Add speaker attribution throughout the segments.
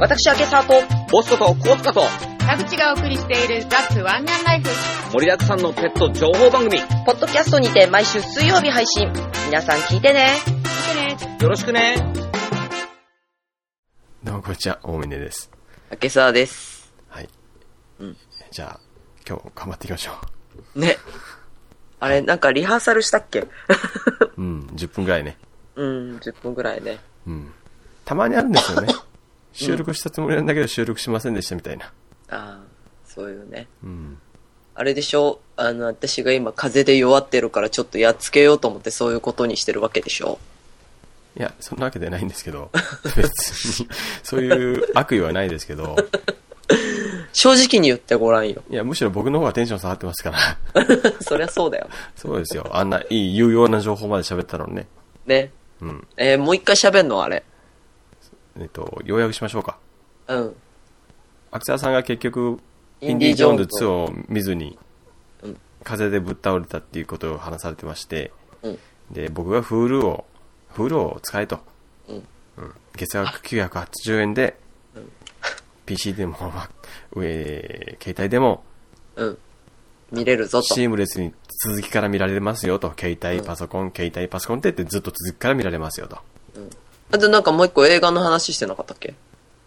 Speaker 1: 私、明沢と
Speaker 2: ボストとコーツカと
Speaker 3: 田口がお送りしているザ・ツワンガンライフ。
Speaker 2: 盛りだくさんのペット情報番組よ
Speaker 1: ポッドキャストにて毎週水曜日配信皆さん聞いてね
Speaker 3: 見てね
Speaker 2: ろしくね
Speaker 4: どうもこんにちは、大峰です。
Speaker 5: 明沢です。
Speaker 4: はい。
Speaker 5: うん
Speaker 4: じゃあ、今日頑張っていきましょ
Speaker 5: ね。あれ、なんかリハーサルしたっけ
Speaker 4: う。うん、10分ぐらいね。
Speaker 5: うん、10分ぐらいね。
Speaker 4: うん。たまにあるんです よね。収録したつもりなんだけど収録しませんでしたみたいな。
Speaker 5: ああ、そういうね。
Speaker 4: うん。
Speaker 5: あれでしょあの、私が今風邪で弱ってるからちょっとやっつけようと思ってそういうことにしてるわけでしょ
Speaker 4: いや、そんなわけではないんですけ ど、別に、そういう悪意はないですけど、
Speaker 5: 正直に言ってごらんよ。
Speaker 4: いや、むしろ僕の方がテンション下がってますから。
Speaker 5: そりゃそうだよ。
Speaker 4: そうですよ。あんないい有用な情報まで喋ったのにね。
Speaker 5: ね。
Speaker 4: うん。
Speaker 5: えーもう一回喋んのあれ。
Speaker 4: えっと、要約しましょうか。
Speaker 5: うん。
Speaker 4: アクサさんが結局、イ
Speaker 5: イ
Speaker 4: ン
Speaker 5: ン
Speaker 4: デ
Speaker 5: デ
Speaker 4: ィ・ジ
Speaker 5: ィジ
Speaker 4: ョ
Speaker 5: ョ
Speaker 4: ー
Speaker 5: ー
Speaker 4: ン
Speaker 5: ン
Speaker 4: ズ
Speaker 5: ズ
Speaker 4: 2を見ずに
Speaker 5: うん、
Speaker 4: 風でぶっ倒れたっていうことを話されてまして、
Speaker 5: うん
Speaker 4: で、僕がフールを、フールを使えと。
Speaker 5: うん
Speaker 4: うん月額980円で
Speaker 5: ん、
Speaker 4: PC でも、 まあえー携帯でも、
Speaker 5: うん。見れるぞと。
Speaker 4: シームレスに続きから見られますよと。携帯、パソコン、携帯、パソコンって言ってずっと続きから見られますよと。
Speaker 5: あとなんかもう一個映画の話してなかったっけ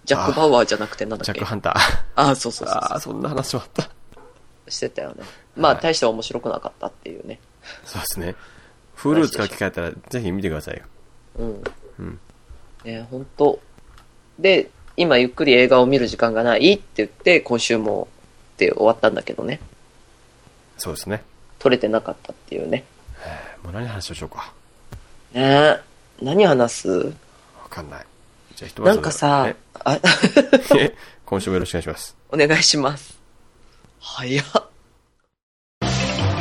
Speaker 5: ジャック・バウアーじゃなくてなんだ
Speaker 4: ジ
Speaker 5: っ
Speaker 4: ャッ
Speaker 5: け
Speaker 4: クハンター。
Speaker 5: ああ、そうそうそう
Speaker 4: あ
Speaker 5: そ
Speaker 4: あ、そんな話もあった。
Speaker 5: う。してたよね。まあ、
Speaker 4: はい
Speaker 5: 大して面白くなかったっていうね。
Speaker 4: そうですね。フールを使う機会あったら、ぜひ見てくださいよ。
Speaker 5: うん。
Speaker 4: うん
Speaker 5: ね、本当で、今ゆっくり映画を見る時間がないって言って、今週もって終わったんだけどね。
Speaker 4: そうですね。
Speaker 5: 撮れてなかったっていうね。
Speaker 4: もう何の話をしようか。
Speaker 5: ねえ何話す
Speaker 4: わかんない。じゃあひとま
Speaker 5: な
Speaker 4: ず。
Speaker 5: んかさ
Speaker 4: え、
Speaker 5: あ、
Speaker 4: え 今週もよろしくお願いします。
Speaker 5: お願いします。早っ。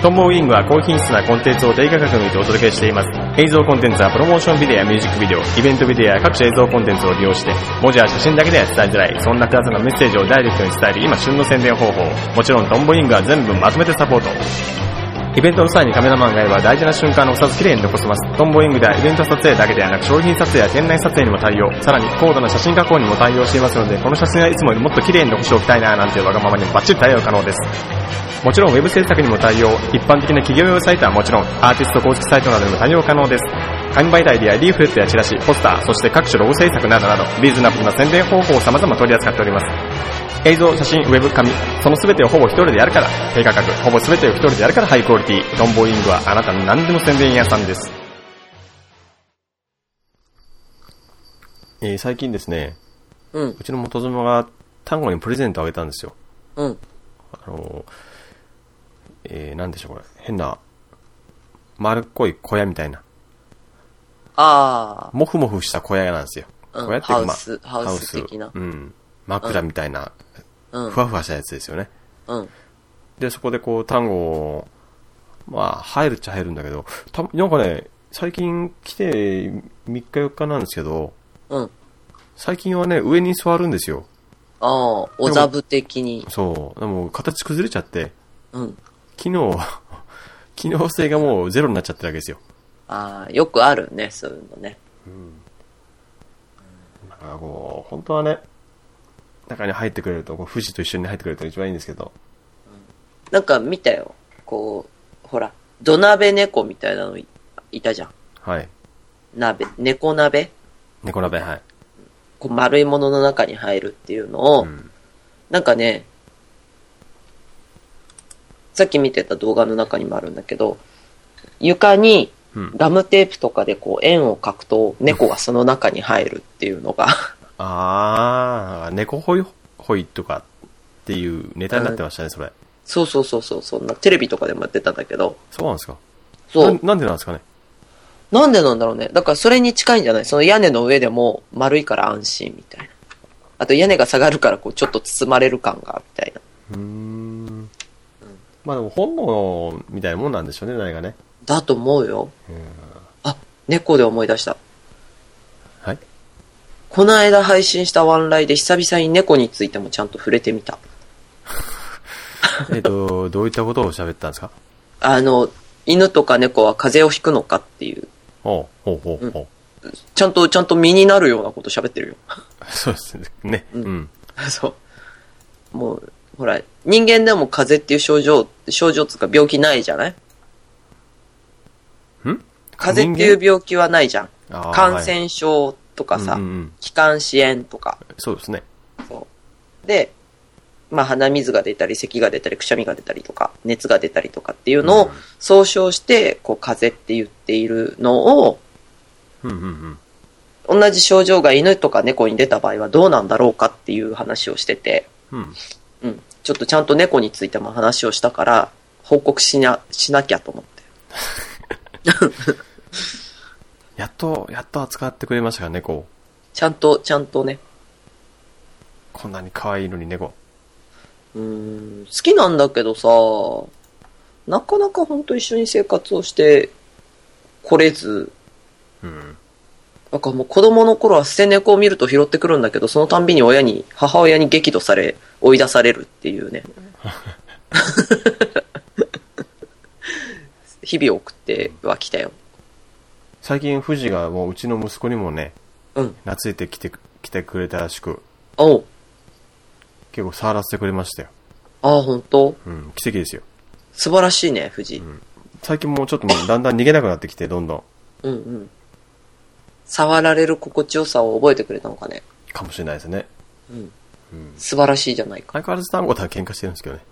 Speaker 4: トンボウイングは高品質なコンテンツを低価格にてお届けしています。映像コンテンツはプロモーションビデオやミュージックビデオ、イベントビデオや各種映像コンテンツを利用して、文字や写真だけでは伝えづらい、そんな2つのメッセージをダイレクトに伝える今旬の宣伝方法。もちろんトンボウイングは全部まとめてサポート。イベントの際にカメラマンがいれば大事な瞬間のお札きれいに残せます。トンボウイングではイベント撮影だけではなく商品撮影や店内撮影にも対応、さらに高度な写真加工にも対応していますので、この写真はいつもよりもっときれいに残しておきたいななんていうわがままにもバッチリ対応可能です。もちろんウェブ制作にも対応、一般的な企業用サイトはもちろん、アーティスト公式サイトなどにも対応可能です。紙媒体でやリーフレットやチラシ、ポスター、そして各種ロゴ制作などなど、リーズナブルな宣伝方法を様々取り扱っております。映像、写真、ウェブ、紙、その全てをほぼ一人でやるから、低価格、ほぼ全てを一人でやるからハイクオリティ、ドンボイングはあなたの何でも宣伝屋さんです。えー、最近ですね、
Speaker 5: うん、
Speaker 4: うちの元妻が単語にプレゼントをあげたんですよ。
Speaker 5: うん。
Speaker 4: あの、えー、なんでしょうこれ。変な、丸っこい小屋みたいな。
Speaker 5: あ
Speaker 4: もふもふした小屋なんですよ。
Speaker 5: うん
Speaker 4: 小屋っていうか、
Speaker 5: ハウスハウス的な
Speaker 4: うん。枕みたいな、
Speaker 5: あ、うん
Speaker 4: ふ、わふわしたやつですよね。
Speaker 5: うん、
Speaker 4: で、そこでこう、単語を、まあ、入るっちゃ入るんだけど、た、なんかね、最近来て3日4日なんですけど、
Speaker 5: うん。
Speaker 4: 最近はね、上に座るんですよ。
Speaker 5: ああ、おざぶ的に。
Speaker 4: そう。でも、形崩れちゃって、
Speaker 5: うん。
Speaker 4: 機能、機能性がもうゼロになっちゃってるわけですよ。
Speaker 5: ああ、よくあるね、そういうのね。
Speaker 4: なんかこう、本当はね、中に入ってくれると、こう富士と一緒に入ってくれると一番いいんですけど、
Speaker 5: なんか見たよ。こう、ほら、土鍋猫みたいなのいいたじゃん。
Speaker 4: はい。
Speaker 5: 鍋、猫鍋
Speaker 4: 猫鍋、はい。
Speaker 5: こう丸いものの中に入るっていうのを、
Speaker 4: うん。
Speaker 5: なんかね、さっき見てた動画の中にもあるんだけど、床に
Speaker 4: うん。
Speaker 5: ガムテープとかでこう円を描くと猫がその中に入るってい うのが、
Speaker 4: あー、猫ホイホイとかっていうネタになってましたね、それ。
Speaker 5: そうそうそうそう、そんなテレビとかでもやってたんだけど、
Speaker 4: そうなんですか
Speaker 5: そう
Speaker 4: な。なんでなんですかね
Speaker 5: なんでなんだろうね。だからそれに近いんじゃないその屋根の上でも丸いから安心みたいな。あと屋根が下がるからこうちょっと包まれる感が、みたいな。
Speaker 4: うーん。まあでも本能みたいなもんなんでしょうね、何がね。
Speaker 5: だと思うよ。あ、猫で思い出した。
Speaker 4: はい。
Speaker 5: この間配信したワンライで久々に猫についてもちゃんと触れてみた。
Speaker 4: えっと、どういったことを喋ったんですか
Speaker 5: あの、犬とか猫は風邪をひくのかっていう。
Speaker 4: おうほうほうほう。
Speaker 5: ちゃんと、ちゃんと身になるようなこと喋ってるよ。
Speaker 4: そうですね。
Speaker 5: うん
Speaker 4: うん。
Speaker 5: そう。もう、ほら、人間でも風邪っていう症状、症状つうか病気ないじゃない
Speaker 4: ん
Speaker 5: 風邪っていう病気はないじゃん。
Speaker 4: あー
Speaker 5: 感染症とかさ、
Speaker 4: うんうんうん
Speaker 5: 気管支炎とか。
Speaker 4: そうですね。
Speaker 5: そうで、まあ鼻水が出たり、咳が出たり、くしゃみが出たりとか、熱が出たりとかっていうの
Speaker 4: うん
Speaker 5: を総称して、こう風邪って言っているのを、
Speaker 4: うんうんうん。
Speaker 5: 同じ症状が犬とか猫に出た場合はどうなんだろうかっていう話をしてて、
Speaker 4: うん。
Speaker 5: うん。ちょっとちゃんと猫についても話をしたから、報告しな、しなきゃと思って。
Speaker 4: やっと、やっと扱ってくれましたから、猫を。
Speaker 5: ちゃんと、ちゃんとね。
Speaker 4: こんなに可愛いのに猫。
Speaker 5: うーん、好きなんだけどさ、なかなか本当一緒に生活をしてこれず、
Speaker 4: うん。
Speaker 5: なんかもう子供の頃は捨て猫を見ると拾ってくるんだけど、そのたんびに親に、母親に激怒され、追い出されるっていうね。日々を送ってはきたよ。
Speaker 4: 最近、富士がもううちの息子にもね、
Speaker 5: うん。
Speaker 4: 懐いてきて、来てくれたらしく、
Speaker 5: おう。
Speaker 4: 結構触らせてくれましたよ。
Speaker 5: ああ、本当
Speaker 4: うん。奇跡ですよ。
Speaker 5: 素晴らしいね、藤井。
Speaker 4: 最近もうちょっともうだんだん逃げなくなってきて、どんどん。
Speaker 5: うんうん。触られる心地よさを覚えてくれたのかね。
Speaker 4: かもしれないですね。
Speaker 5: 素晴らしいじゃないか。
Speaker 4: 相変わらず団子とは喧嘩してるんですけどね。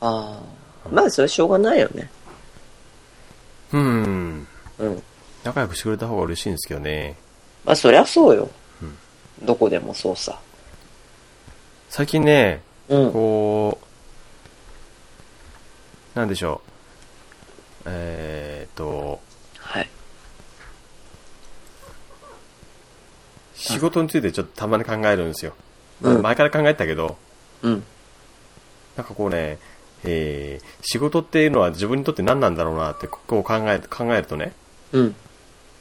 Speaker 5: ああ。まあ、それはしょうがないよね。
Speaker 4: うん。
Speaker 5: うん。
Speaker 4: 仲良くしてくれた方が嬉しいんですけどね。
Speaker 5: まあ、そりゃそうよ。どこでもそうさ。
Speaker 4: 最近ね、
Speaker 5: うん。
Speaker 4: こう、なんでしょう。えーっと、
Speaker 5: はい。
Speaker 4: 仕事についてちょっとたまに考えるんですよ。
Speaker 5: うん
Speaker 4: 前から考えてたけど、
Speaker 5: うん。
Speaker 4: なんかこうね、えー、仕事っていうのは自分にとって何なんだろうなってこう考え考えるとね、
Speaker 5: うん。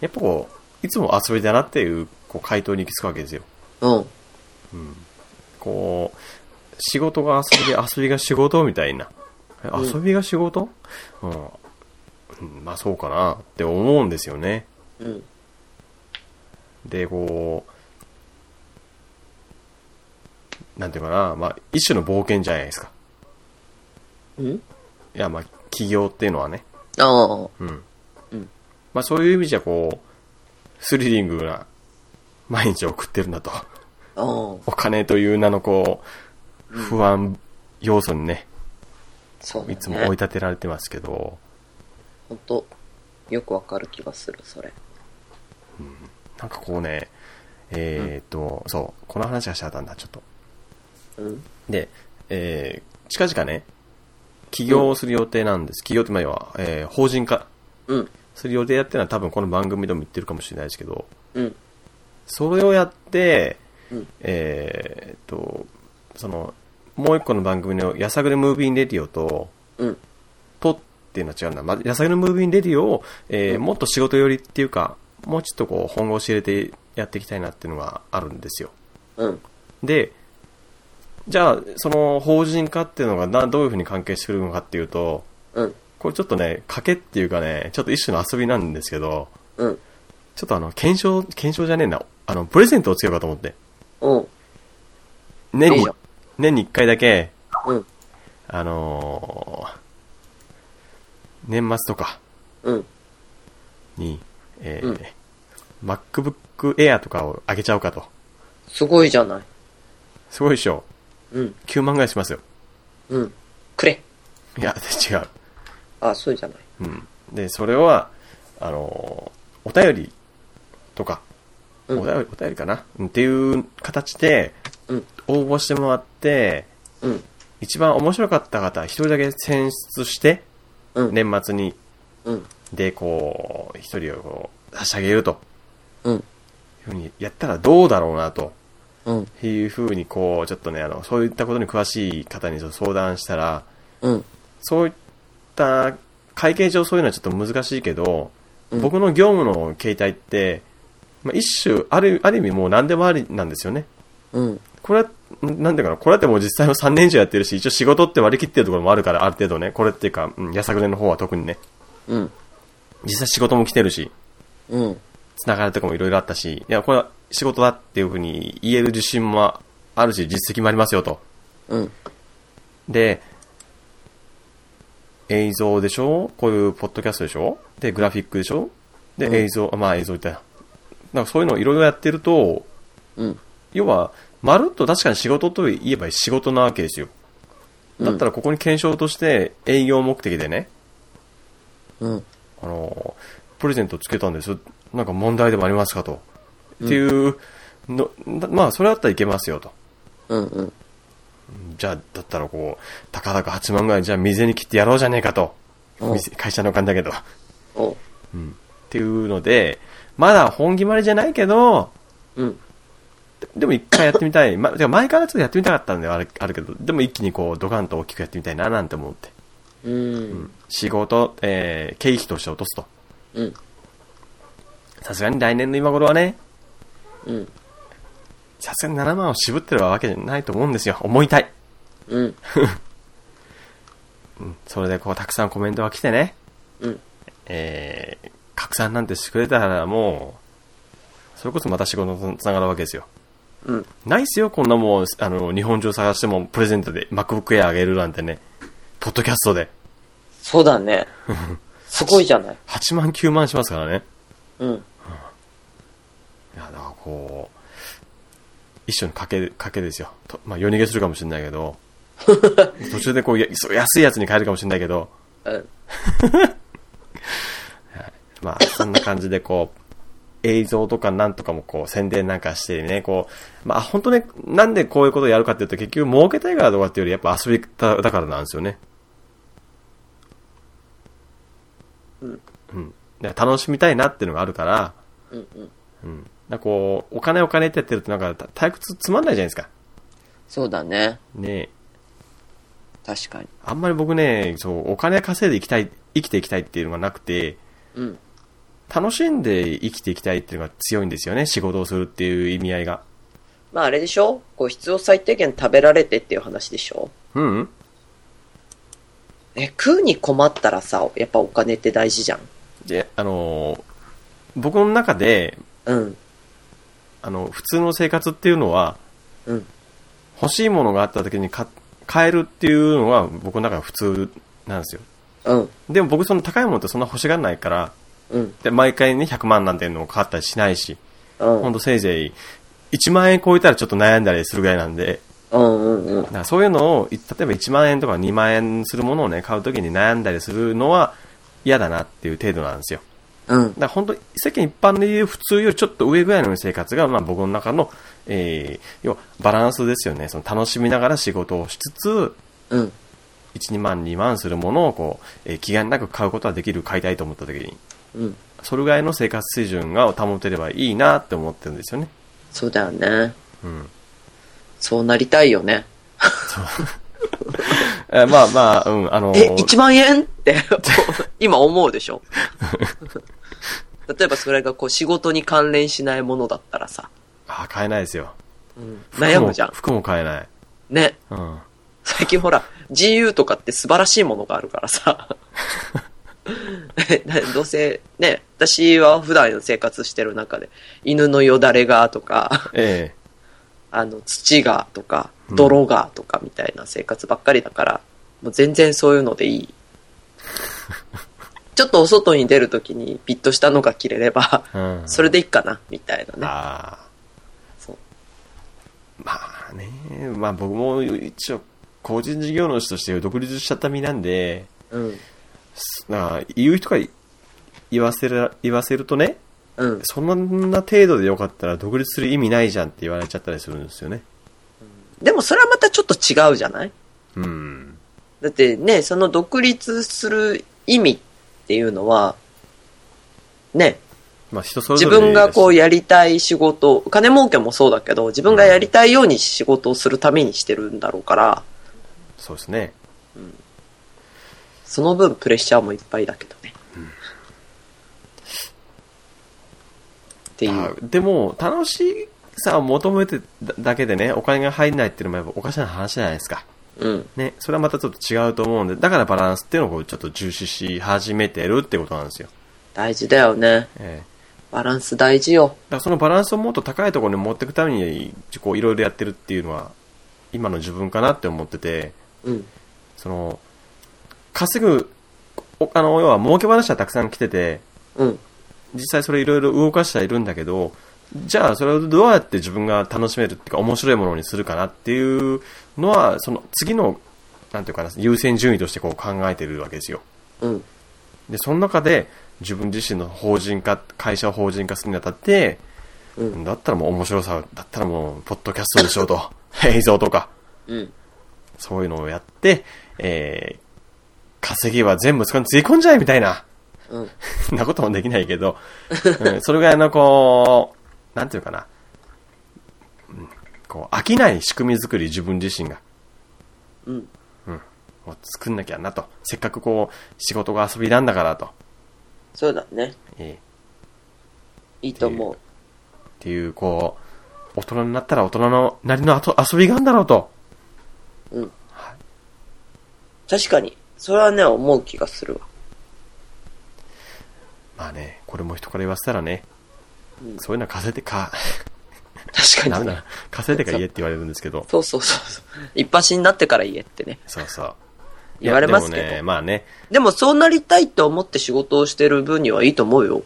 Speaker 4: やっぱこう、いつも遊びだなっていうこう回答に行き着くわけですよ。
Speaker 5: うん。
Speaker 4: こう、仕事が遊びで遊びが仕事みたいな。え
Speaker 5: ん
Speaker 4: 遊びが仕事、うん、うんまあそうかなって思うんですよね。
Speaker 5: うん。
Speaker 4: で、こう、なんていうかな、まあ一種の冒険じゃないですか。
Speaker 5: うん
Speaker 4: いや、まあ企業っていうのはね。
Speaker 5: ああ。
Speaker 4: うん。
Speaker 5: うん
Speaker 4: まあそういう意味じゃこう、スリリングな毎日を送ってるんだと。
Speaker 5: ああ。
Speaker 4: お金という名のこう、不安要素にね、
Speaker 5: そう、ね。
Speaker 4: いつも追い
Speaker 5: た。
Speaker 4: 立てられてますけど、
Speaker 5: ほんと、よくわかる気がする、それ。
Speaker 4: なんかこうね、えーっと、そう、この話がしちゃったんだ、ちょっと。
Speaker 5: うん。
Speaker 4: で、えー、近々ね、起業をする予定なんです。起業って、まあ、要は、えー、法人化
Speaker 5: うん。
Speaker 4: する予定やってるのは多分この番組でも言ってるかもしれないですけど、
Speaker 5: うん。
Speaker 4: それをやって、
Speaker 5: うん
Speaker 4: えーっと、その、もう一個の番組のやさぐれムービーレディオと、
Speaker 5: うん。
Speaker 4: とっていうのは違うんだ。まあ、野菜のムービーレディオを、えーもっと仕事寄りっていうか、もうちょっとこう、本腰入れてやっていきたいなっていうのがあるんですよ。
Speaker 5: うん。
Speaker 4: で、じゃあ、その法人化っていうのがなどういうふうに関係してくるのかっていうと、
Speaker 5: うん。
Speaker 4: これちょっとね、賭けっていうかね、ちょっと一種の遊びなんですけど、
Speaker 5: うん。
Speaker 4: ちょっとあの、検証、検証じゃねえな、あの、プレゼントをつけようかと思って。
Speaker 5: うん。
Speaker 4: 年
Speaker 5: いい
Speaker 4: に
Speaker 5: じゃん、
Speaker 4: 年に一回だけ、
Speaker 5: うん。
Speaker 4: あのー年末とか、
Speaker 5: うん。
Speaker 4: に、え
Speaker 5: うん
Speaker 4: ー MacBook Air とかをあげちゃおうかと。
Speaker 5: すごいじゃない。
Speaker 4: すごいでしょ。
Speaker 5: うん。
Speaker 4: 9万ぐらいしますよ。
Speaker 5: うん。くれ。
Speaker 4: いや、違う。
Speaker 5: あ、そうじゃない。
Speaker 4: うん。で、それは、あのー、お便りとか、お
Speaker 5: うん
Speaker 4: 便り、お便りかなうんっていう形で
Speaker 5: うん、
Speaker 4: 応募してもらって、
Speaker 5: うん。
Speaker 4: 一番面白かった方、一人だけ選出して、
Speaker 5: うん。
Speaker 4: 年末に、
Speaker 5: うん。
Speaker 4: で、こう、一人をこう差し上げると
Speaker 5: うん。
Speaker 4: いうふうにやったらどうだろうなと。
Speaker 5: うん。
Speaker 4: っていうふうに、こう、ちょっとね、あの、そういったことに詳しい方にちょっと相談したら、
Speaker 5: うん。
Speaker 4: そういった、会計上そういうのはちょっと難しいけど、僕の業務の形態って、まあ、一種、ある、ある意味もう何でもありなんですよね。
Speaker 5: うん。
Speaker 4: これは、んなんていうかな、これだってもう実際も3年以上やってるし、一応仕事って割り切ってるところもあるから、ある程度ね、これっていうか、うん、やさぐれの方は特にね、
Speaker 5: うん。
Speaker 4: 実際仕事も来てるし、
Speaker 5: うん。
Speaker 4: つながるとかもいろいろあったし、いや、これは仕事だっていうふうに言える自信もあるし、実績もありますよと。
Speaker 5: うん。
Speaker 4: で、映像でしょこういうポッドキャストでしょで、グラフィックでしょで、
Speaker 5: うん
Speaker 4: 映像、あまあ映像みたいな。なんかそういうのをいろいろやってると、
Speaker 5: うん。
Speaker 4: 要は、まるっと確かに仕事と言えば仕事なわけですよ。だったらここに検証として営業目的でね、
Speaker 5: うん。
Speaker 4: あの、プレゼントつけたんです。なんか問題でもありますかと。っていうの、だまあそれだったらいけますよと。
Speaker 5: うん。うん。
Speaker 4: じゃあ、だったらこう、たかだか8万ぐらい、じゃあ水に切ってやろうじゃねえかと。
Speaker 5: うん
Speaker 4: 店会社のお金だけど。っ
Speaker 5: おう。
Speaker 4: ていうので、まだ本決まりじゃないけど、
Speaker 5: うん。
Speaker 4: でも一回やってみたい。ま、てか前からちょっとやってみたかったんではあるあるけど、でも一気にこう、ドカンと大きくやってみたいななんて思って。
Speaker 5: うん。
Speaker 4: 仕事、えー、経費として落とすと。
Speaker 5: うん。
Speaker 4: さすがに来年の今頃はね、
Speaker 5: うん。
Speaker 4: さすがに7万を渋ってるわけじゃないと思うんですよ。思いたい。
Speaker 5: うん。
Speaker 4: それでこう、たくさんコメントが来てね。
Speaker 5: うん。
Speaker 4: えー、拡散なんてしてくれたらもう、それこそまた仕事につながるわけですよ。
Speaker 5: うん。
Speaker 4: ないっすよ、こんなもん、あの、日本中探してもプレゼントで MacBook Air あげるなんてね。ポッドキャストで
Speaker 5: そうだね。 すごいじゃない。
Speaker 4: 8万9万しますからね。
Speaker 5: うん。
Speaker 4: いや、だからこう、一緒に賭け、賭けですよ。とまあ、夜逃げするかもしれないけ ど、途中でこう、やそう安いやつに変えるかもしれないけど、
Speaker 5: うん。
Speaker 4: まあ、そんな感じでこう、映像とかなんとかもこう、宣伝なんかしてね、こう、まあ、本当ね、なんでこういうことをやるかっていうと、結局儲けたいからとかっていうより、やっぱ遊び方だからなんですよね。うん。うん。だから楽しみたいなっていうのがあるから、
Speaker 5: うん。うん。
Speaker 4: うん。なんかこう、お金お金ってやってるとなんか、た退屈つまんないじゃないですか。
Speaker 5: そうだね。
Speaker 4: ねえ。
Speaker 5: 確かに。
Speaker 4: あんまり僕ね、そう、お金稼いでいきたい、生きていきたいっていうのがなくて、
Speaker 5: うん。
Speaker 4: 楽しんで生きていきたいっていうのが強いんですよね、仕事をするっていう意味合いが。
Speaker 5: まああれでしょこう必要最低限食べられてっていう話でしょ
Speaker 4: うん、うん、
Speaker 5: え、食うに困ったらさ、やっぱお金って大事じゃん。
Speaker 4: で、あのー僕の中で、
Speaker 5: うん。
Speaker 4: あの、普通の生活っていうのは、
Speaker 5: うん。
Speaker 4: 欲しいものがあった時にか買えるっていうのは僕の中で普通なんですよ。
Speaker 5: うん。
Speaker 4: でも僕その高いものってそんな欲しがらないから、
Speaker 5: うん。
Speaker 4: で、毎回ね、100万なんていうのを買ったりしないし、
Speaker 5: うん。
Speaker 4: ほんとせいぜい、1万円超えたらちょっと悩んだりするぐらいなんで、
Speaker 5: うんうんうん
Speaker 4: だ。からそういうのを、い例えば1万円とか2万円するものをね、買うときに悩んだりするのは嫌だなっていう程度なんですよ。
Speaker 5: うん
Speaker 4: だ。から本当、世間一般でいう普通よりちょっと上ぐらいの生活が、まあ僕の中の、えー、要はバランスですよね。その楽しみながら仕事をしつつ、
Speaker 5: うん。
Speaker 4: 1、2万、2万するものをこう、えー気兼ねなく買うことができる、買いたいと思ったときに、
Speaker 5: うん。
Speaker 4: それぐらいの生活水準が保てればいいなって思ってるんですよね。
Speaker 5: そうだよね。
Speaker 4: うん。
Speaker 5: そうなりたいよね。
Speaker 4: えーまあまあ、うん、あのー
Speaker 5: え、1万円って 今思うでしょ 例えばそれがこう仕事に関連しないものだったらさ、
Speaker 4: あー買えないですよ。
Speaker 5: 悩むじゃん。
Speaker 4: 服も服も買えない。
Speaker 5: ね。
Speaker 4: うん。
Speaker 5: 最近ほら、GU とかって素晴らしいものがあるからさ。 えなどうせ、ね、私は普段の生活してる中で、犬のよだれがとか、
Speaker 4: え
Speaker 5: あの、土がとか、
Speaker 4: うん
Speaker 5: 泥がとかみたいな生活ばっかりだから、もう全然そういうのでいい。 ちょっとお外に出るときにピッとしたのが着れれば、
Speaker 4: えうん。
Speaker 5: それでいいかな、みたいなね。
Speaker 4: ああ。
Speaker 5: そう
Speaker 4: まあね、まあ僕も一応、個人事業主として独立しちゃった身なんで、
Speaker 5: うん。
Speaker 4: すなんか言う人が言わせる、言わせるとね、
Speaker 5: うん。
Speaker 4: そんな程度でよかったら独立する意味ないじゃんって言われちゃったりするんですよね。
Speaker 5: でもそれはまたちょっと違うじゃない
Speaker 4: うん。
Speaker 5: だってね、その独立する意味っていうのは、ね、
Speaker 4: まあ人それ
Speaker 5: 自
Speaker 4: ぞれ
Speaker 5: 分がこう
Speaker 4: です
Speaker 5: やりたい仕事、金儲けもそうだけど、自分がやりたいように仕事をするためにしてるんだろうから、
Speaker 4: そうですね。
Speaker 5: その分プレッシャーもいっぱいだけどね。ってい
Speaker 4: あ
Speaker 5: う。
Speaker 4: でも、楽しさを求めてだだけでね、お金が入んないっていうのもやっぱおかしな話じゃないですか。
Speaker 5: うん。
Speaker 4: ね、それはまたちょっと違うと思うんで、だからバランスっていうのをこうちょっと重視し始めてるってことなんですよ。
Speaker 5: 大事だよね。
Speaker 4: ええ
Speaker 5: バランス大事よ。
Speaker 4: だからそのバランスをもっと高いところに持っていくために、こういろいろやってるっていうのは、今の自分かなって思ってて、
Speaker 5: うん。
Speaker 4: その、稼ぐ、おあの、要は儲け話はたくさん来てて、
Speaker 5: うん。
Speaker 4: 実際それいろいろ動かしてはいるんだけど、じゃあそれをどうやって自分が楽しめるっていうか面白いものにするかなっていうのは、その次の、なんていうかな、優先順位としてこう考えてるわけですよ。
Speaker 5: うん。
Speaker 4: で、その中で自分自身の法人化、会社を法人化するにあたって、
Speaker 5: うん
Speaker 4: だったらもう面白さ、だったらもう、ポッドキャストでしようと、 映像とか、
Speaker 5: うん。
Speaker 4: そういうのをやって、えー、稼ぎは全部そこにつぎ込んじゃえみたいな。
Speaker 5: うん。
Speaker 4: そんなこともできないけ ど、うん、それぐらいのこう、なんていうかな、うん、こう、飽きない仕組み作り自分自身が。
Speaker 5: うん。
Speaker 4: を作んなきゃなと。せっかくこう、仕事が遊びなんだからと。
Speaker 5: そうだね。
Speaker 4: え
Speaker 5: いいと思う。
Speaker 4: ーっていう、こう、大人になったら大人のなりのあと遊びがあるんだろうと。
Speaker 5: 確かに。それはね、思う気がするわ。
Speaker 4: まあね、これも人から言わせたらね、そういうのは稼いで か、
Speaker 5: 確
Speaker 4: な
Speaker 5: か
Speaker 4: ん
Speaker 5: に
Speaker 4: だ。な、稼いでか言えって言われるんですけど、
Speaker 5: そうそうそうそう。一発になってから言えってね。
Speaker 4: そうそう。
Speaker 5: 言われますけど
Speaker 4: いやでもね、まあね、
Speaker 5: でもそうなりたいって思って仕事をしてる分にはいいと思うよ。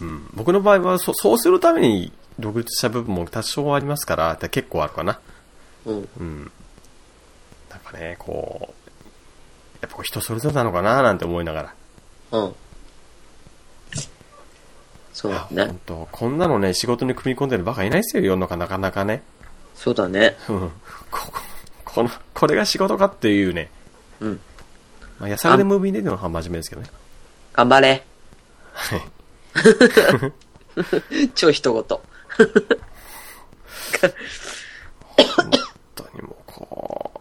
Speaker 4: うん僕の場合はそ、そうするために独立した部分も多少ありますから、で結構あるかな。
Speaker 5: うん。
Speaker 4: なんかね、こう、やっぱこう人それぞれなのかななんて思いながら。
Speaker 5: うん。そうだ
Speaker 4: いや
Speaker 5: ね
Speaker 4: 本。当こんなのね、仕事に組み込んでるバカいないですよ、世の中なかなかね。
Speaker 5: そうだね。
Speaker 4: うん。こ、ここの、これが仕事かっていうね。
Speaker 5: うん。
Speaker 4: まあ、やさぐでムービーに出てるのは真面目ですけどね。
Speaker 5: 頑張れ。
Speaker 4: はい。
Speaker 5: 超一言。
Speaker 4: 本当にもう、こ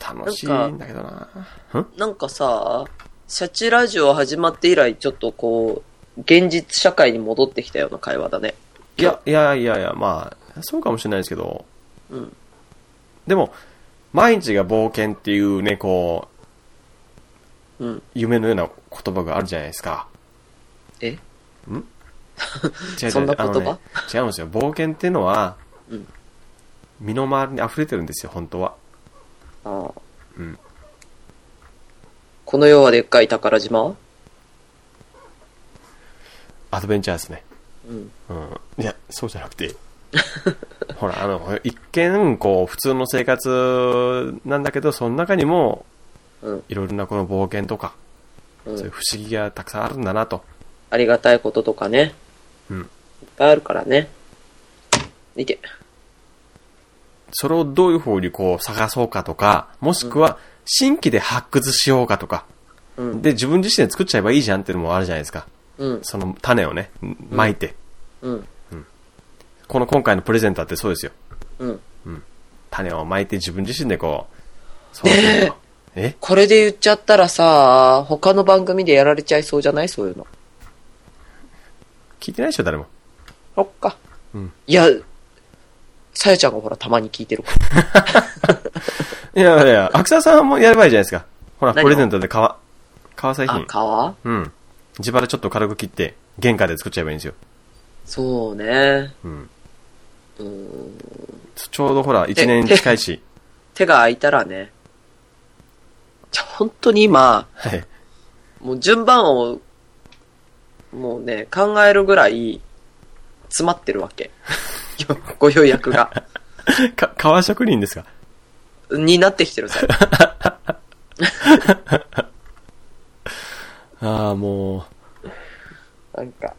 Speaker 4: う、楽しいんだけどな。うん
Speaker 5: なんかさ、シャチラジオ始まって以来、ちょっとこう、現実社会に戻ってきたような会話だね。
Speaker 4: いや、いやいやいや、まあ、そうかもしれないですけど、
Speaker 5: うん
Speaker 4: でも、毎日が冒険っていうね、こう、
Speaker 5: うん
Speaker 4: 夢のような言葉があるじゃないですか。
Speaker 5: え
Speaker 4: 違う違う
Speaker 5: そんな言
Speaker 4: あ
Speaker 5: 葉
Speaker 4: のね違うんですよ。冒険っていうのは、
Speaker 5: うん
Speaker 4: 身の回りに溢れてるんですよ、本当は。
Speaker 5: ああ。
Speaker 4: うん
Speaker 5: この世はでっかい宝島
Speaker 4: アドベンチャーですね。
Speaker 5: うん。
Speaker 4: うん。いや、そうじゃなくて。 ほら、あの、一見、こう、普通の生活なんだけど、その中にも、
Speaker 5: うん。
Speaker 4: いろいろなこの冒険とか、
Speaker 5: うん
Speaker 4: そういう不思議がたくさんあるんだなと。
Speaker 5: ありがたいこととかね。
Speaker 4: うん。
Speaker 5: いっぱいあるからね。いけ。
Speaker 4: それをどういう風にこう探そうかとか、もしくは新規で発掘しようかとか、
Speaker 5: うん。
Speaker 4: で、自分自身で作っちゃえばいいじゃんっていうのもあるじゃないですか。
Speaker 5: うん。
Speaker 4: その種をね、巻いて。
Speaker 5: うん。
Speaker 4: この今回のプレゼンターってそうですよ。
Speaker 5: うん。
Speaker 4: 種を巻いて自分自身でこう、そうですよ。え
Speaker 5: これで言っちゃったらさ、他の番組でやられちゃいそうじゃないそういうの。
Speaker 4: 聞いてないでしょ、誰も。
Speaker 5: そっか。
Speaker 4: うん
Speaker 5: いや、さやちゃんがほら、たまに聞いてるから。
Speaker 4: いやいやいや、アクサさんもやればいいじゃないですか。ほら、
Speaker 5: 何
Speaker 4: プ
Speaker 5: を
Speaker 4: レゼントで皮、皮製
Speaker 5: あ
Speaker 4: 品、。
Speaker 5: 川
Speaker 4: うん。自腹ちょっと軽く切って、原価で作っちゃえばいいんですよ。
Speaker 5: そうね。
Speaker 4: うん。
Speaker 5: うん。
Speaker 4: ちょうどほら、1年近いし。
Speaker 5: 手が空いたらね。じゃ、本当に今、
Speaker 4: はい。
Speaker 5: もう順番を、もうね、考えるぐらい、詰まってるわけ。 よご予約が。
Speaker 4: か、革職人ですか
Speaker 5: になってきてる最近
Speaker 4: ああ、もう、
Speaker 5: なんか。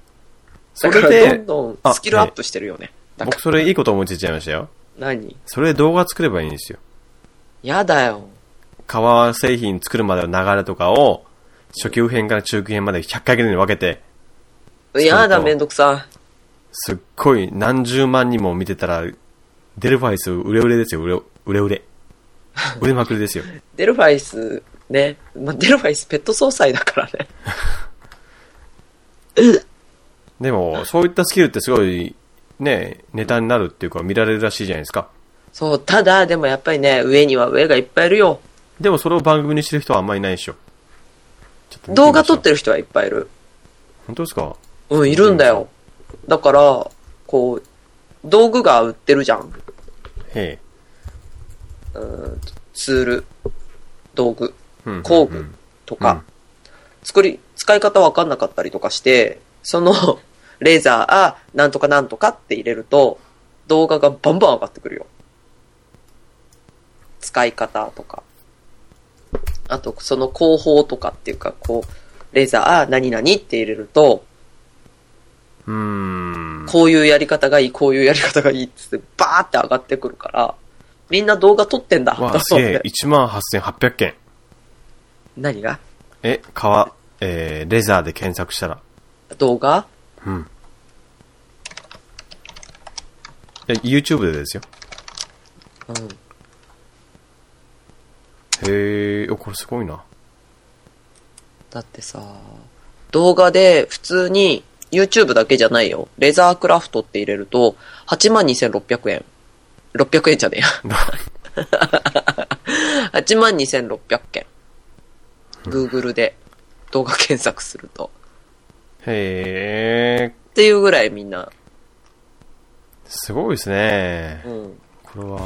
Speaker 4: そ
Speaker 5: だか
Speaker 4: れ
Speaker 5: ら
Speaker 4: で、
Speaker 5: どんどん
Speaker 4: あ
Speaker 5: スキルアップしてるよね。なんか
Speaker 4: 僕それいいこと思いついちゃいましたよ。
Speaker 5: 何
Speaker 4: それで動画作ればいいんですよ。
Speaker 5: やだよ。
Speaker 4: 革製品作るまでの流れとかを、初級編から中級編まで100回ぐらいに分けて、
Speaker 5: やだ、
Speaker 4: そう
Speaker 5: めんどくさい。
Speaker 4: すっごい何十万人も見てたら、デルファイス売れ売れですよ、売れ、売れ売れ。 売れまくりですよ。
Speaker 5: デルファイス、ね。まあ、デルファイスペット総裁だからね。
Speaker 4: でも、そういったスキルってすごい、ね、ネタになるっていうか見られるらしいじゃないですか。
Speaker 5: そう、ただ、でもやっぱりね、上には上がいっぱいいるよ。
Speaker 4: でもそれを番組にしてる人はあんまりいないでしょ。ちょっと見てみましょう
Speaker 5: 動画撮ってる人はいっぱいいる。
Speaker 4: 本当ですか
Speaker 5: うん、いるんだよ。だから、こう、道具が売ってるじゃん。
Speaker 4: へえ。
Speaker 5: ツール、道具
Speaker 4: うん
Speaker 5: 工具とか、
Speaker 4: うん
Speaker 5: 作り、使い方わかんなかったりとかして、その、 レーザー、あ、なんとかなんとかって入れると、動画がバンバン上がってくるよ。使い方とか。あと、その工法とかっていうか、こう、レーザー、あ、何々って入れると、
Speaker 4: うん。うーん。
Speaker 5: こういうやり方がいい、こういうやり方がいいっつって、バーって上がってくるから、みんな動画撮ってんだ、と思
Speaker 4: わあ、すげ
Speaker 5: っ
Speaker 4: え
Speaker 5: て。。
Speaker 4: 18,800件。
Speaker 5: 何が
Speaker 4: え、川、えー、レザーで検索したら。
Speaker 5: 動画
Speaker 4: うん。え YouTube でですよ。
Speaker 5: うん。
Speaker 4: へえ、おこれすごいな。
Speaker 5: だってさ、動画で普通に YouTube だけじゃないよ。レザークラフトって入れると、82,600円。600円じゃねえや。82,600件。Google で動画検索すると。
Speaker 4: へえ、
Speaker 5: っていうぐらいみんな。
Speaker 4: すごいですね
Speaker 5: う。ん。
Speaker 4: これは、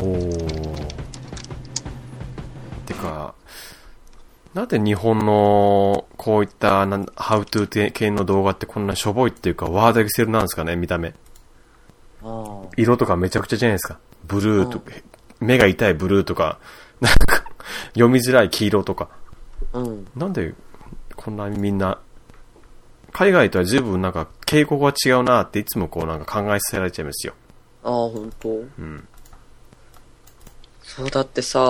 Speaker 4: おー。てか、なんで日本のこういったなんハウトゥー系の動画ってこんなしょぼいっていうか、ワードエクセルなんですかね、見た目。
Speaker 5: あ
Speaker 4: 色とかめちゃくちゃじゃないですか。ブルーとか、目が痛いブルーとか、なんか、読みづらい黄色とか。
Speaker 5: あ。うん。
Speaker 4: なんで、こんなみんな、海外とは十分なんか傾向が違うなっていつもこうなんか考えさせられちゃいますよ。
Speaker 5: ああ、ほんと。
Speaker 4: うん。
Speaker 5: そうだってさ、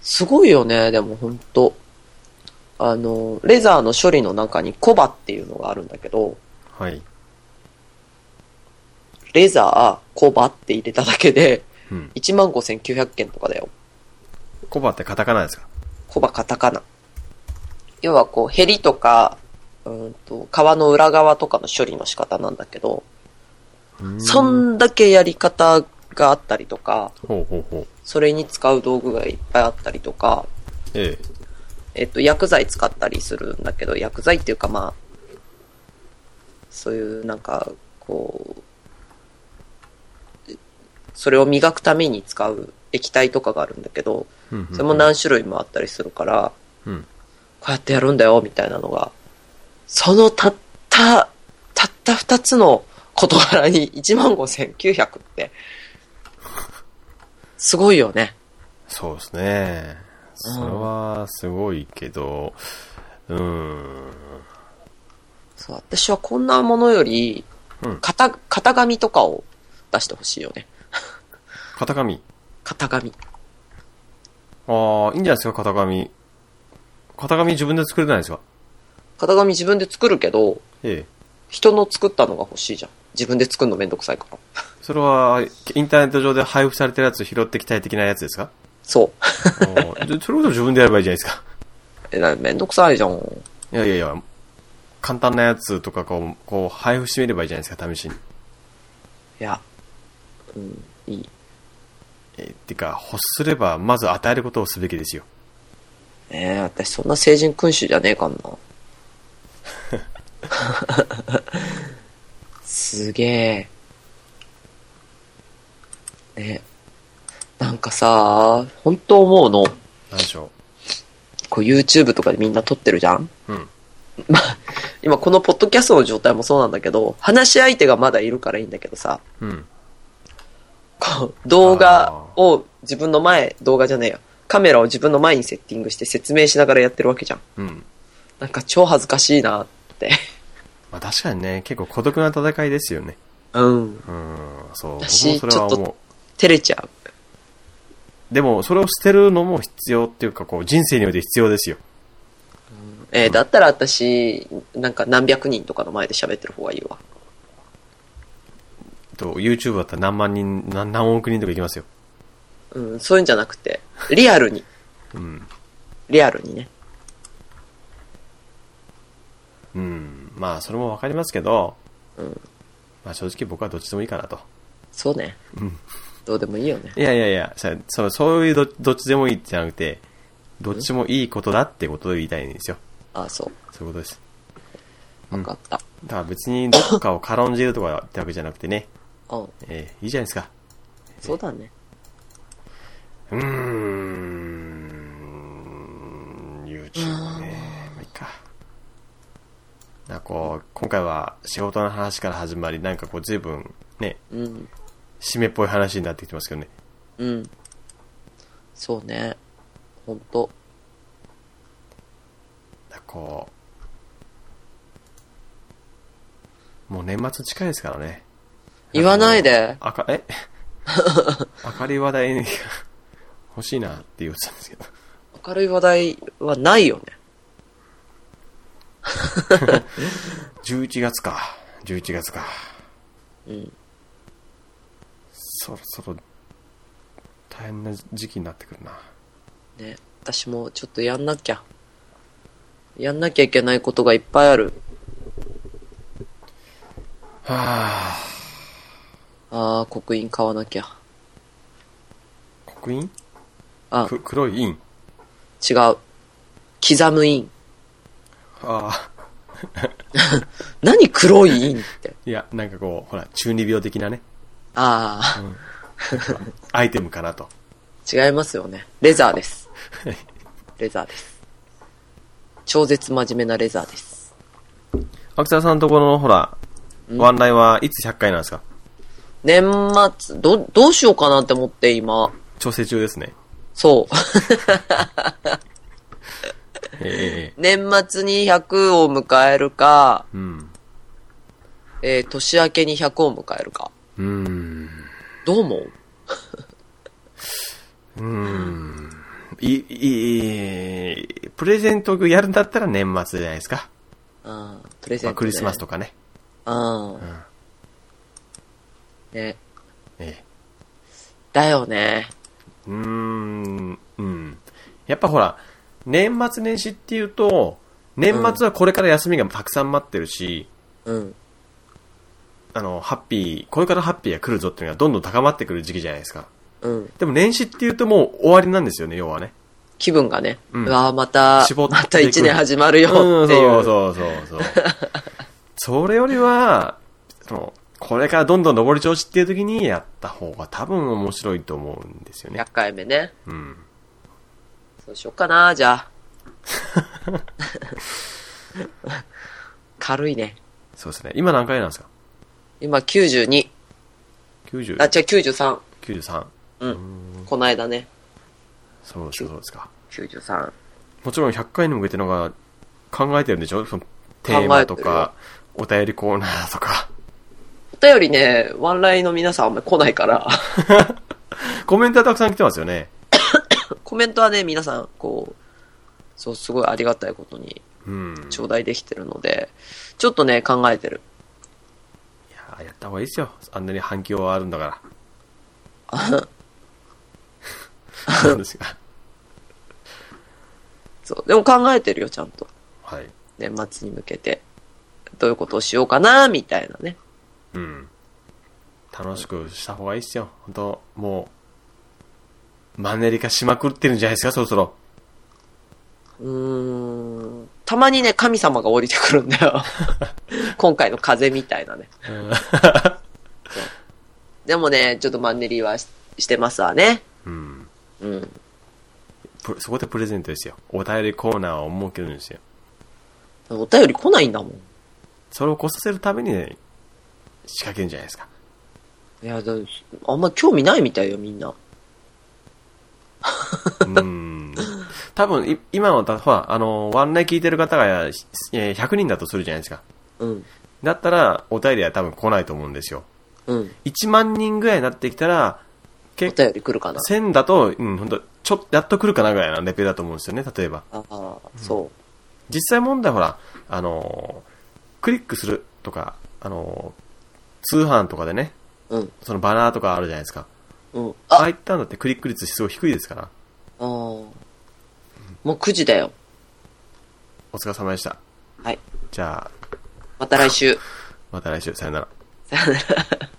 Speaker 5: すごいよね、でもほんと。あの、レザーの処理の中にコバっていうのがあるんだけど、
Speaker 4: はい。
Speaker 5: レザー、コバって入れただけで、
Speaker 4: うん。
Speaker 5: 15,900件とかだよ。
Speaker 4: コバってカタカナですか
Speaker 5: コバカタカナ。要はこう、ヘリとか、うんと、皮の裏側とかの処理の仕方なんだけど、そんだけやり方があったりとか、
Speaker 4: ほうほうほう。
Speaker 5: それに使う道具がいっぱいあったりとか、
Speaker 4: え
Speaker 5: えっと、薬剤使ったりするんだけど、薬剤っていうかまあ、そういうなんか、こう、それを磨くために使う液体とかがあるんだけど、
Speaker 4: え。
Speaker 5: それも何種類もあったりするから、
Speaker 4: うん。
Speaker 5: こうやってやるんだよ、みたいなのが、そのたった、たった二つの事柄に15,900って、すごいよね。
Speaker 4: そうですね。それはすごいけど、うーん。
Speaker 5: そう、私はこんなものより
Speaker 4: うん、
Speaker 5: 型、型紙とかを出してほしいよね。
Speaker 4: 型紙。
Speaker 5: 型紙。
Speaker 4: ああ、いいんじゃないですか、型紙。型紙自分で作れないですか
Speaker 5: 型紙自分で作るけど、
Speaker 4: ええ。
Speaker 5: 人の作ったのが欲しいじゃん。自分で作るのめんどくさいから。
Speaker 4: それは、インターネット上で配布されてるやつ拾ってきたい的なやつですか
Speaker 5: そう
Speaker 4: あ ーじゃそれこそ自分でやればいいじゃないですか。。
Speaker 5: えなめんどくさいじゃん。
Speaker 4: いやいやいや、簡単なやつとかこう、こう配布してみればいいじゃないですか、試しに。
Speaker 5: いや、うん、いい。
Speaker 4: えーってか、欲すれば、まず与えることをすべきですよ。
Speaker 5: えー、私そんな成人君主じゃね えかんな。すげえ。ね。なんかさ、本当思うの。
Speaker 4: なんでしょ
Speaker 5: こう YouTube とかでみんな撮ってるじゃん
Speaker 4: う。うん。
Speaker 5: まあ、今このポッドキャストの状態もそうなんだけど、話し相手がまだいるからいいんだけどさ、
Speaker 4: うん。
Speaker 5: こう動画を自分の前、動画じゃねえや、カメラを自分の前にセッティングして説明しながらやってるわけじゃん。
Speaker 4: うん。
Speaker 5: なんか超恥ずかしいなって。
Speaker 4: まあ確かにね、結構孤独な戦いですよね。
Speaker 5: うん。
Speaker 4: うん、そう。僕も
Speaker 5: 私
Speaker 4: それは
Speaker 5: ちょっ
Speaker 4: 思
Speaker 5: 照れちゃう。
Speaker 4: う。でも、それを捨てるのも必要っていうか、こう、人生において必要ですよ。
Speaker 5: えーだったら私、なんか何百人とかの前で喋ってる方がいいわ。
Speaker 4: と、YouTube だったら何万人、何何億人とかいきますよ。
Speaker 5: うん、そういうんじゃなくて、リアルに、
Speaker 4: うん。
Speaker 5: リアルにね。
Speaker 4: うん。まあ、それもわかりますけど、
Speaker 5: うん
Speaker 4: まあ正直僕はどっちでもいいかなと。
Speaker 5: そうね。
Speaker 4: うん
Speaker 5: どうでもいいよね。
Speaker 4: いやいやいや、さそのそういうどどっちでもいいってじゃなくて、どっちもいいことだってことを言いたいんですよ。
Speaker 5: ああ、そう。
Speaker 4: そそういうことです。
Speaker 5: 分かった。
Speaker 4: だから別にどっかを軽んじるとかってわけじゃなくてね、
Speaker 5: うん。
Speaker 4: えーいいじゃないですか。
Speaker 5: そうだね。
Speaker 4: うーん、YouTube ね。まあ、いいか。なんかこう、今回は仕事の話から始まり、なんかこう随分ね、
Speaker 5: うん。
Speaker 4: 締めっぽい話になってきてますけどね。
Speaker 5: うん。そうね。ほんと。
Speaker 4: なんかこう、もう年末近いですからね。
Speaker 5: 言わないで。
Speaker 4: あか、え 明るい話題欲しいなって言ってたんですけど。
Speaker 5: 明るい話題はないよね。
Speaker 4: 11月か。11月か。
Speaker 5: うん。
Speaker 4: そろそろ、大変な時期になってくるな。
Speaker 5: ね。私もちょっとやんなきゃ。やんなきゃいけないことがいっぱいある。
Speaker 4: はぁ、
Speaker 5: あー、刻印買わなきゃ。
Speaker 4: 刻印
Speaker 5: あ、
Speaker 4: く黒い印
Speaker 5: 違う。刻む印。
Speaker 4: ああ、
Speaker 5: 何黒い印って。
Speaker 4: いや、なんかこう、ほら、中二病的なね、
Speaker 5: あ
Speaker 4: アイテムかなと。
Speaker 5: ー、違いますよね。レザーです。レザーです。超絶真面目なレザーです。
Speaker 4: 秋沢さんとこの、ほら、ワンラインはいつ100回なんですか
Speaker 5: 年末、ど、どうしようかなって思って今。
Speaker 4: 調整中ですね。
Speaker 5: そう。
Speaker 4: え
Speaker 5: 年末に100を迎えるか、
Speaker 4: えうん。
Speaker 5: えー年明けに100を迎えるか。
Speaker 4: うーん。
Speaker 5: どう思う
Speaker 4: いい、いい、プレゼントやるんだったら年末じゃないですか。
Speaker 5: うん。プレゼント、ね
Speaker 4: まあ、クリスマスとかね。
Speaker 5: うん。
Speaker 4: え
Speaker 5: ね。
Speaker 4: え
Speaker 5: だよね。
Speaker 4: うーん、うん。やっぱほら、年末年始っていうと、年末はこれから休みがたくさん待ってるし、
Speaker 5: うん。
Speaker 4: あの、ハッピー、これからハッピーが来るぞっていうのがどんどん高まってくる時期じゃないですか。
Speaker 5: うん。
Speaker 4: でも年始っていうともう終わりなんですよね、要はね。
Speaker 5: 気分がね。
Speaker 4: う
Speaker 5: うんわーまた
Speaker 4: 絞っ、ていく
Speaker 5: また一年始まるよ
Speaker 4: うん、
Speaker 5: っていう。
Speaker 4: そうそうそうそう。それよりは、その、これからどんどん上り調子っていう時にやった方が多分面白いと思うんですよね。
Speaker 5: 100回目ね。
Speaker 4: うん。
Speaker 5: そうしようかな、じゃあ。 軽いね。
Speaker 4: そうですね。今何回なんですか
Speaker 5: 今92。
Speaker 4: ?90?
Speaker 5: あ、違う、93。
Speaker 4: 93。
Speaker 5: こないだね。
Speaker 4: そうですか、そうですか。
Speaker 5: 93。
Speaker 4: もちろん100回に向けてのが考えてるんでしょそのテーマとか、お便りコーナーとか。
Speaker 5: お便りね、ワンラインの皆さんあんまり来ないから、
Speaker 4: コメントはたくさん来てますよね。
Speaker 5: コメントはね、皆さん、こう、そう、すごいありがたいことに
Speaker 4: うん。
Speaker 5: 頂戴できてるので、ちょっとね、考えてる。
Speaker 4: いやーやった方がいいですよ。あんなに反響はあるんだから。そうですか。
Speaker 5: そう、でも考えてるよ、ちゃんと。
Speaker 4: はい。
Speaker 5: 年末に向けて。どういうことをしようかな、みたいなね。
Speaker 4: うん。楽しくした方がいいですよ。本当もう、マンネリ化しまくってるんじゃないですか、そろそろ。
Speaker 5: うーん。たまにね、神様が降りてくるんだよ。今回の風みたいなね。そうでもね、ちょっとマンネリはししてますわね。
Speaker 4: うん。
Speaker 5: うん。
Speaker 4: プそこでプレゼントですよ。お便りコーナーを設けるんですよ。
Speaker 5: お便り来ないんだもん。
Speaker 4: それをこさせるために、ね、仕掛けるんじゃないですか。
Speaker 5: いや、だあんま興味ないみたいよ、みんな。
Speaker 4: うん。多分、い今の、たほら、あの、ワンライン聞いてる方が、しえー100人だとするじゃないですか。
Speaker 5: うん。
Speaker 4: だったら、お便りは多分来ないと思うんですよ。
Speaker 5: うん。
Speaker 4: 1万人ぐらいになってきたら、
Speaker 5: お
Speaker 4: 結構、
Speaker 5: 便り来るかな。
Speaker 4: 1000だと、うん、ほんと、ちょっと、やっと来るかなぐらいなレベルだと思うんですよね、例えば。
Speaker 5: ああ、そ
Speaker 4: 実際問題はほら、あのークリックするとか、あのー通販とかでね、
Speaker 5: う。うん。
Speaker 4: そのバナーとかあるじゃないですか。
Speaker 5: うん。
Speaker 4: あ
Speaker 5: あ、
Speaker 4: あ
Speaker 5: あ
Speaker 4: いったのってクリック率すごい低いですから。
Speaker 5: あーもう9時だよ。
Speaker 4: お疲れ様でした。
Speaker 5: はい。
Speaker 4: じゃあ、
Speaker 5: また来週。
Speaker 4: また来週、さよなら。
Speaker 5: さよなら。